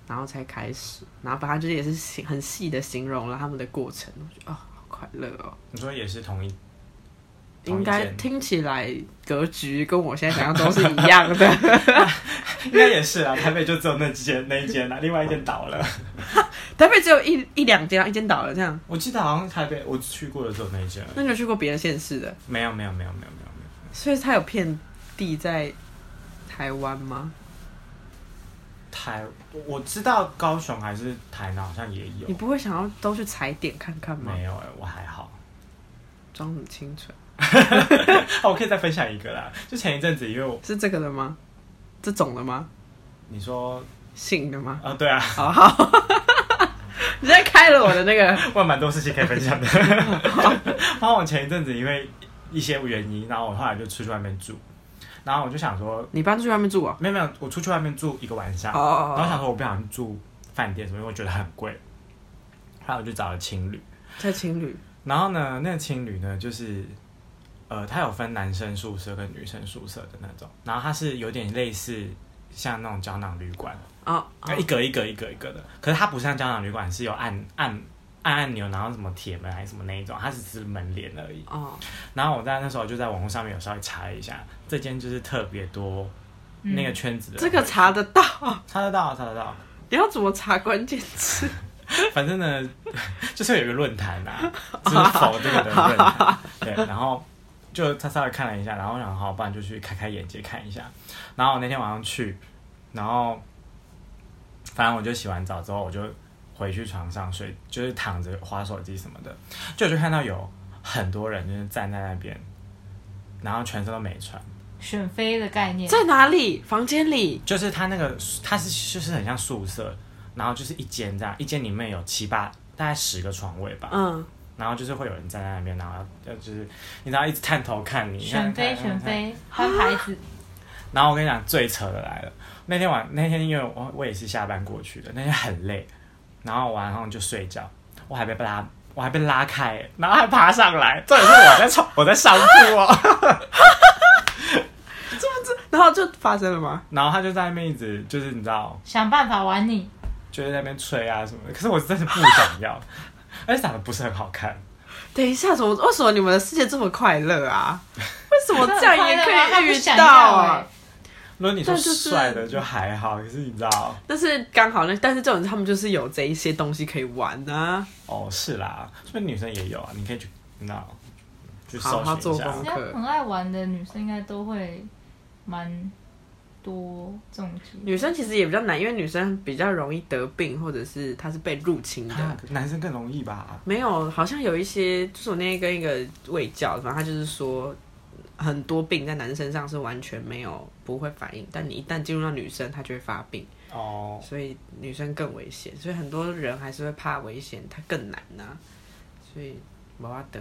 Speaker 1: 然后才开始，然后反正就是也是形很细的形容了他们的过程，我觉得哦，好快乐哦。
Speaker 3: 你说也是同一，同
Speaker 1: 应
Speaker 3: 一
Speaker 1: 该
Speaker 3: 间
Speaker 1: 听起来格局跟我现在想象中是一样的，
Speaker 3: 应该也是啊。台北就只有那几间，那一间啦、另外一间倒了。
Speaker 1: 台北只有一一两间，一间倒了这样。
Speaker 3: 我记得好像台北我去过的只有那一间而已，
Speaker 1: 那你有去过别的县市的？
Speaker 3: 没有没有没有没有没有没有。
Speaker 1: 所以他有遍地在台湾吗？
Speaker 3: 台我知道高雄还是台南好像也有
Speaker 1: 你，不会想要都去踩点看看吗？
Speaker 3: 没有哎、我还好。
Speaker 1: 装什么清纯？
Speaker 3: 哦，我可以再分享一个啦，就前一阵子因为我
Speaker 1: 是这个的吗？这种的吗？
Speaker 3: 你说
Speaker 1: 性的吗？
Speaker 3: 啊、对啊，
Speaker 1: 好好， 你现在开了我的那个，
Speaker 3: 我有蛮多事情可以分享 的。然后我前一阵子因为一些原因，然后我后来就出去外面住，然后我就想说，
Speaker 1: 你搬出去外面住啊？
Speaker 3: 没有没有，我出去外面住一个晚上，
Speaker 1: 哦哦哦
Speaker 3: 然后想说我不想住饭店什么，因为我觉得很贵。后来我就找了情侣，
Speaker 1: 在情侣，
Speaker 3: 然后呢，那个情侣呢，就是呃，它有分男生宿舍跟女生宿舍的那种，然后它是有点类似像那种胶囊旅馆，呃
Speaker 1: 啊啊
Speaker 3: 一格一格一格一格的，可是它不像胶囊旅馆是有按按按按钮，然后什么铁门还是什么那一种，它只是门帘而已。
Speaker 1: 啊！
Speaker 3: 然后我在那时候就在网络上面有稍微查一下，这间就是特别多那个圈子的人，
Speaker 1: 嗯这个查得到，
Speaker 3: 查得到查得到，
Speaker 1: 你要怎么查关键词？
Speaker 3: 反正呢， 就是有一个论坛啊，就是否这个的论坛，对，然后就他稍微看了一下，然后我想好，不然就去开开眼界看一下。然后我那天晚上去，然后反正我就洗完澡之后，我就回去床上睡，就是躺着划手机什么的，就就看到有很多人就是站在那边，然后全身都没穿，
Speaker 4: 选妃的概念，
Speaker 1: 在哪里？房间里
Speaker 3: 就是他那个他是就是很像宿舍，然后就是一间这样，一间里面有七八大概十个床位吧，
Speaker 1: 嗯，
Speaker 3: 然后就是会有人站在那边，然后要就是你知道一直探头看你，
Speaker 4: 选妃
Speaker 3: 看看
Speaker 4: 选。
Speaker 3: 看看
Speaker 4: 妃翻牌子，
Speaker 3: 然后我跟你讲最扯的来了，那天晚那天因为我我也是下班过去的，那天很累，然后晚上就睡觉，我还被拉我还被拉开、然后还爬上来，重点是我在床我在上 铺哦，
Speaker 1: 然后就发生了吗？
Speaker 3: 然后他就在那边一直就是你知道
Speaker 4: 想办法玩你，
Speaker 3: 就是在那边吹啊什么的，可是我真的不想要，而且长得不是很好看，
Speaker 1: 等一下，怎么为什么你们的世界这么快乐 啊？为什么这样也可
Speaker 4: 他不
Speaker 1: 以
Speaker 4: 想
Speaker 1: 遇
Speaker 4: 要
Speaker 1: 到啊
Speaker 4: 欸？
Speaker 3: 如果你说
Speaker 1: 但就是
Speaker 3: 帅的就还好，可是你知道。
Speaker 1: 但是刚好呢，但是这种人他们就是有这一些东西可以玩啊。
Speaker 3: 哦，是啦，是不是女生也有啊？你可以去，你知道，去
Speaker 1: 好好
Speaker 3: 搜寻一
Speaker 1: 做
Speaker 3: 下
Speaker 1: 工。
Speaker 4: 只要欸很爱玩的女生应该都会蛮多这种机会
Speaker 1: 女生其实也比较难，因为女生比较容易得病，或者是她是被入侵的
Speaker 3: 啊。男生更容易吧？
Speaker 1: 没有，好像有一些，就是我那天跟一个卫教，反正他就是说，很多病在男生身上是完全没有不会反应，但你一旦进入到女生，她就会发病，
Speaker 3: 哦，
Speaker 1: 所以女生更危险，所以很多人还是会怕危险，她更难呐、所以没法得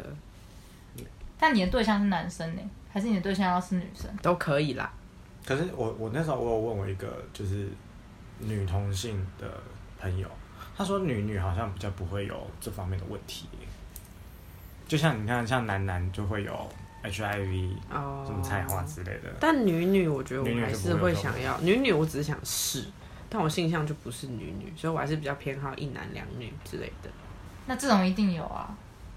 Speaker 4: 但你的对象是男生呢、还是你的对象要是女生？
Speaker 1: 都可以啦。
Speaker 3: 可是我我那时候我有问我一个就是女同性的朋友，她说女女好像比较不会有这方面的问题耶，就像你看，像男男就会有 HIV
Speaker 1: 哦，
Speaker 3: 什么菜花嗯之类的。
Speaker 1: 但女女，我觉得
Speaker 3: 女
Speaker 1: 我
Speaker 3: 女
Speaker 1: 还
Speaker 3: 就是不会
Speaker 1: 会
Speaker 3: 有这种
Speaker 1: 想要女女，我只是想试，但我性向就不是女女，所以我还是比较偏好一男两女之类的，
Speaker 4: 那这种一定有啊，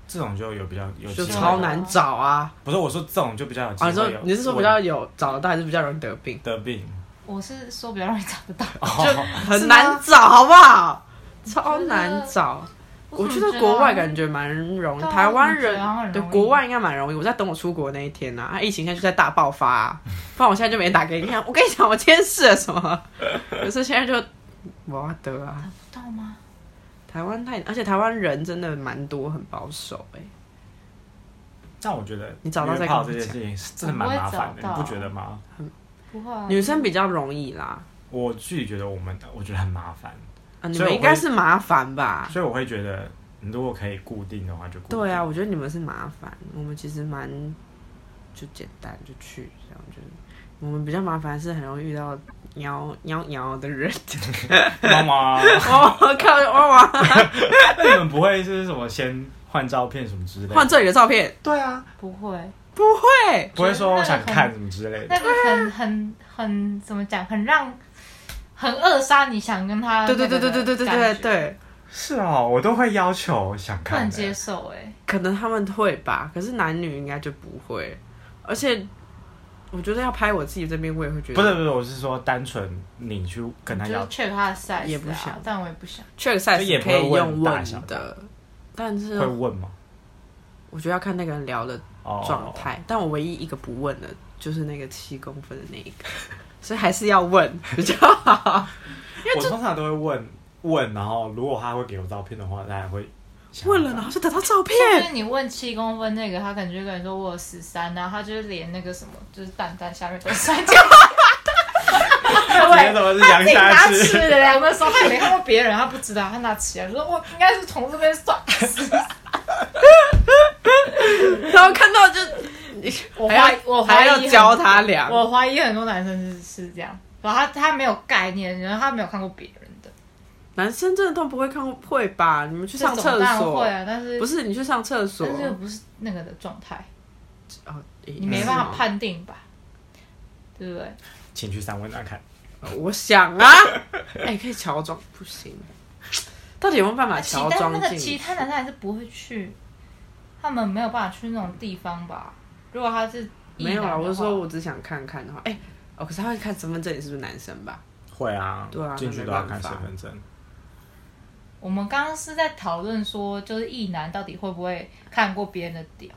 Speaker 3: 这种就有比较有
Speaker 1: 就
Speaker 3: 机会
Speaker 1: 超难找啊！
Speaker 3: 不是我说这种就比较有机
Speaker 1: 啊，
Speaker 3: 会
Speaker 1: 你说
Speaker 3: 有
Speaker 1: 你是说比较有找得到，还是比较容易得病？
Speaker 3: 得病？
Speaker 4: 我是说比较容易找 得到。
Speaker 1: 就
Speaker 4: 啊
Speaker 3: 哦，
Speaker 1: 很难找，好不好？超难找。我
Speaker 4: 怎
Speaker 1: 觉
Speaker 4: 么
Speaker 1: 得国外感觉蛮容易，台湾
Speaker 4: 对
Speaker 1: 人
Speaker 4: 啊我觉得很
Speaker 1: 对
Speaker 4: 容易
Speaker 1: 国外应该蛮容易。我在等我出国那一天呐、啊，疫情现在就在大爆发、 啊，不然我现在就没打给你看。我跟你讲，我今天试了什 么，可是现在就我得啊。
Speaker 4: 到吗？
Speaker 1: 台湾太，而且台湾人真的蛮多，很保守哎、
Speaker 3: 但我觉得
Speaker 1: 你找到再
Speaker 3: 约
Speaker 1: 跟我
Speaker 3: 炮这件
Speaker 1: 讲
Speaker 3: 事情是真的蛮麻烦
Speaker 4: 我不会找
Speaker 3: 的，你
Speaker 4: 到
Speaker 3: 不觉得吗？
Speaker 4: 不会啊，
Speaker 1: 女生比较容易啦。
Speaker 3: 我自己觉得我们，我觉得很麻烦，
Speaker 1: 啊，你
Speaker 3: 所以
Speaker 1: 们
Speaker 3: 我会
Speaker 1: 应该是麻烦吧？
Speaker 3: 所以我会觉得，你如果可以固定的话就固定。
Speaker 1: 啊对啊，，我觉得你们是麻烦，我们其实蛮就简单就去这样，就是我们比较麻烦是很容易遇到喵喵喵的 人，
Speaker 3: 妈妈，
Speaker 1: 哦，看到就哇哇，
Speaker 3: 那 你们不会是什么先换照片什么之类的？
Speaker 1: 换这里的照片，
Speaker 3: 对啊，
Speaker 4: 不会，
Speaker 1: 不会，
Speaker 3: 不会说我想看什么之类的。
Speaker 4: 那个
Speaker 1: 啊
Speaker 4: 很很很怎么讲，很让很扼杀你想跟他
Speaker 3: 嗯
Speaker 1: 对对
Speaker 4: 那
Speaker 1: 对
Speaker 4: 个
Speaker 1: 对
Speaker 4: 的
Speaker 1: 对对对对
Speaker 4: 感觉，
Speaker 1: 对，
Speaker 3: 是哦，我都会要求想
Speaker 4: 不
Speaker 3: 看、
Speaker 4: 能
Speaker 3: 欸。
Speaker 4: 接受哎、
Speaker 1: 可能他们会吧，可是男女应该就不会，而且我觉得要拍我自己这边，我也会觉得
Speaker 3: 不是不是，我是说单纯你去跟他
Speaker 4: 就是，
Speaker 3: 要
Speaker 4: check 他的 size，、啊、
Speaker 1: 也不想
Speaker 4: 但我也不想。
Speaker 1: check size
Speaker 3: 就也不
Speaker 1: 可
Speaker 3: 会
Speaker 1: 以
Speaker 3: 问
Speaker 1: 用
Speaker 3: 大
Speaker 1: 问
Speaker 3: 小
Speaker 1: 的，但是
Speaker 4: 呃
Speaker 3: 会问吗？
Speaker 1: 我觉得要看那个人聊的
Speaker 3: 哦，
Speaker 1: 状态。但我唯一一个不问的，就是那个七公分的那一个， 所以还是要 问比较好。
Speaker 3: 我通常都会问问，然后如果他会给我照片的话，那还会想
Speaker 1: 问了，然后就得到照
Speaker 4: 就
Speaker 1: 片，
Speaker 4: 是你问七公分那个，他可能就跟你说我有十三，然后他就是连那个什么，就是蛋蛋下面都塞进去。
Speaker 3: 直接怎么是量下
Speaker 4: 拿
Speaker 3: 去？
Speaker 4: 尺量的时候，他也没看过别人，他不知道，他拿尺量，说我应该是从这边算。
Speaker 1: 然后看到就
Speaker 4: 我
Speaker 1: 还
Speaker 4: 怀
Speaker 1: 要
Speaker 4: 我怀
Speaker 1: 还
Speaker 4: 疑
Speaker 1: 要
Speaker 4: 很
Speaker 1: 教他量。
Speaker 4: 我怀疑很多男生是是这样，然后他他没有概念，然后他没有看过别人的，
Speaker 1: 男生真的都不会看会吧？你们去上
Speaker 4: 这种
Speaker 1: 厕
Speaker 4: 当然
Speaker 1: 所
Speaker 4: 会，啊，但是
Speaker 1: 不是你去上厕所
Speaker 4: 但是又不是那个的状态，
Speaker 1: 哦，
Speaker 4: 你
Speaker 1: 你
Speaker 4: 没办法判定吧？对不对？
Speaker 3: 请去三温暖看。
Speaker 1: 我想 啊，哎、可以乔装不行，到底有没有办法
Speaker 4: 其
Speaker 1: 乔
Speaker 4: 他
Speaker 1: 装
Speaker 4: 那个
Speaker 1: 进去？
Speaker 4: 其他男生还是不会去，他们没有办法去那种地方吧？如果他是异
Speaker 1: 没有啊，
Speaker 4: 男的
Speaker 1: 我是
Speaker 4: 话
Speaker 1: 说我只想看看的话，哎、哦，可是他会看身份证，你是不是男生吧？
Speaker 3: 会啊，
Speaker 1: 对啊
Speaker 3: 进去都要看身份证。
Speaker 4: 我们刚刚是在讨论说，就是异男到底会不会看过别人的屌，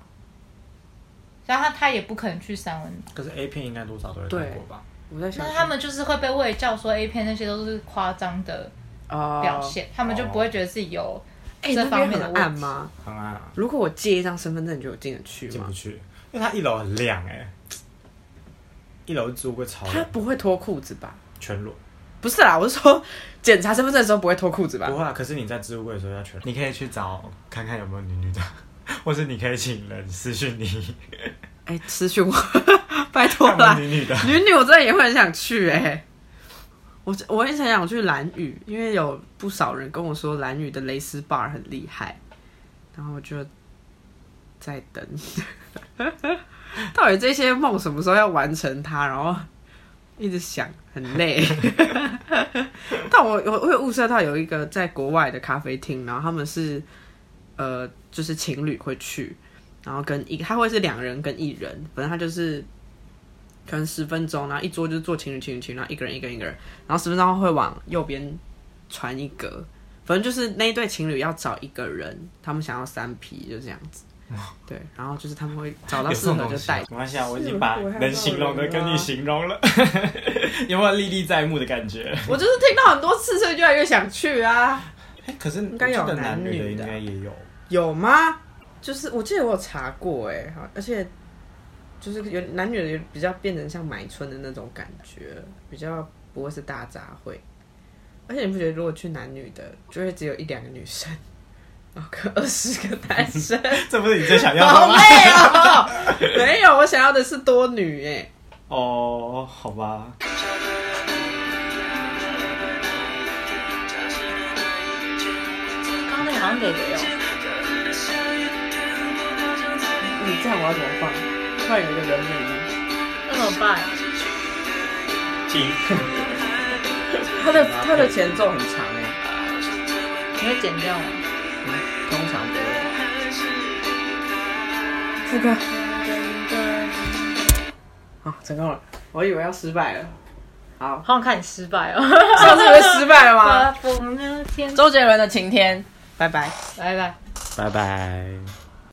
Speaker 4: 然后他他也不可能去三温暖，
Speaker 3: 可是 A 片应该多少都会
Speaker 1: 对
Speaker 3: 看过吧？
Speaker 1: 我在想
Speaker 4: 那
Speaker 1: 说，
Speaker 4: 他们就是会被喂教说 A 片那些都是夸张的
Speaker 1: 哦
Speaker 4: 表，现，他们就不会觉得自己有
Speaker 1: 哎、
Speaker 4: 这
Speaker 1: 那
Speaker 4: 方
Speaker 1: 边
Speaker 4: 面的
Speaker 1: 很
Speaker 4: 问
Speaker 1: 暗
Speaker 4: 题。
Speaker 1: 吗？
Speaker 3: 很暗啊，
Speaker 1: 如果我借一张身份证，你觉得我进得去
Speaker 3: 进
Speaker 1: 吗
Speaker 3: 不？去，因为它一楼很亮哎、一楼租个超
Speaker 1: 他不会脱裤子吧？
Speaker 3: 全裸，
Speaker 1: 不是啦，我是说检查身份证的时候不会脱裤子吧
Speaker 3: 不？会啊。可是你在置物柜的时候要全裸，你可以去找看看有没有女女的， 或是你可以请人私 讯你
Speaker 1: 哎、私讯我， 拜托
Speaker 3: 看有
Speaker 1: 啦
Speaker 3: 没有。女女的。
Speaker 1: 女女我真的也会很想去哎、我我一直很想去蓝屿，因为有不少人跟我说蓝屿的蕾丝 bar 很厉害，然后我就在等， 到底这些梦什么时候要完成它？然后一直想，很累。但我我会物色到有一个在国外的咖啡厅，然后他们是呃就是情侣会去，然后跟一他会是两人跟一人，反正他就是可能十分钟，然后一桌就是做情侣情侣情侣，然后一个人一个人一个人，然后十分钟后会往右边传一格，反正就是那一对情侣要找一个人，他们想要三批，就这样子。对，然后就是他们会找到
Speaker 3: 有这
Speaker 1: 适
Speaker 3: 种
Speaker 1: 合
Speaker 3: 东
Speaker 1: 就
Speaker 3: 西
Speaker 1: 带
Speaker 3: 啊，没关系啊，我已
Speaker 1: 是
Speaker 3: 经把
Speaker 1: 我还
Speaker 3: 能形容的跟你形容了， 有没有历历在目的感觉？
Speaker 1: 我就是听到很多次，所以越来越想去啊。
Speaker 3: 哎可是应
Speaker 1: 该有男
Speaker 3: 男
Speaker 1: 女
Speaker 3: 的，应
Speaker 1: 的
Speaker 3: 该也有。
Speaker 1: 有吗？就是我记得我有查过哎、好，而且就是有男女的有比较变成像买春的那种感觉，比较不会是大杂烩。而且你不觉得如果去男女的，就会只有一两个女生，然后跟二十个男生，
Speaker 3: 这不是你最想要 的
Speaker 1: 好
Speaker 3: 吗？
Speaker 1: 累哦、没有，我想要的是多女哎、
Speaker 3: 哦，好吧。
Speaker 1: 刚刚那个好像给谁哦？你这样我要怎么放？突然有一个人名，
Speaker 4: 那怎么办？
Speaker 3: 请
Speaker 1: 他的他的前奏很长哎、
Speaker 4: 你会剪掉吗？
Speaker 1: 通常不会。副歌。好，成功了。我以为要失败了，好，
Speaker 4: 好想看你失败哦。
Speaker 1: 上次不是失败了
Speaker 4: 刮
Speaker 1: 吗？
Speaker 4: 风那天，
Speaker 1: 周杰伦的《晴天》，拜拜。
Speaker 4: 拜拜。
Speaker 3: 拜拜。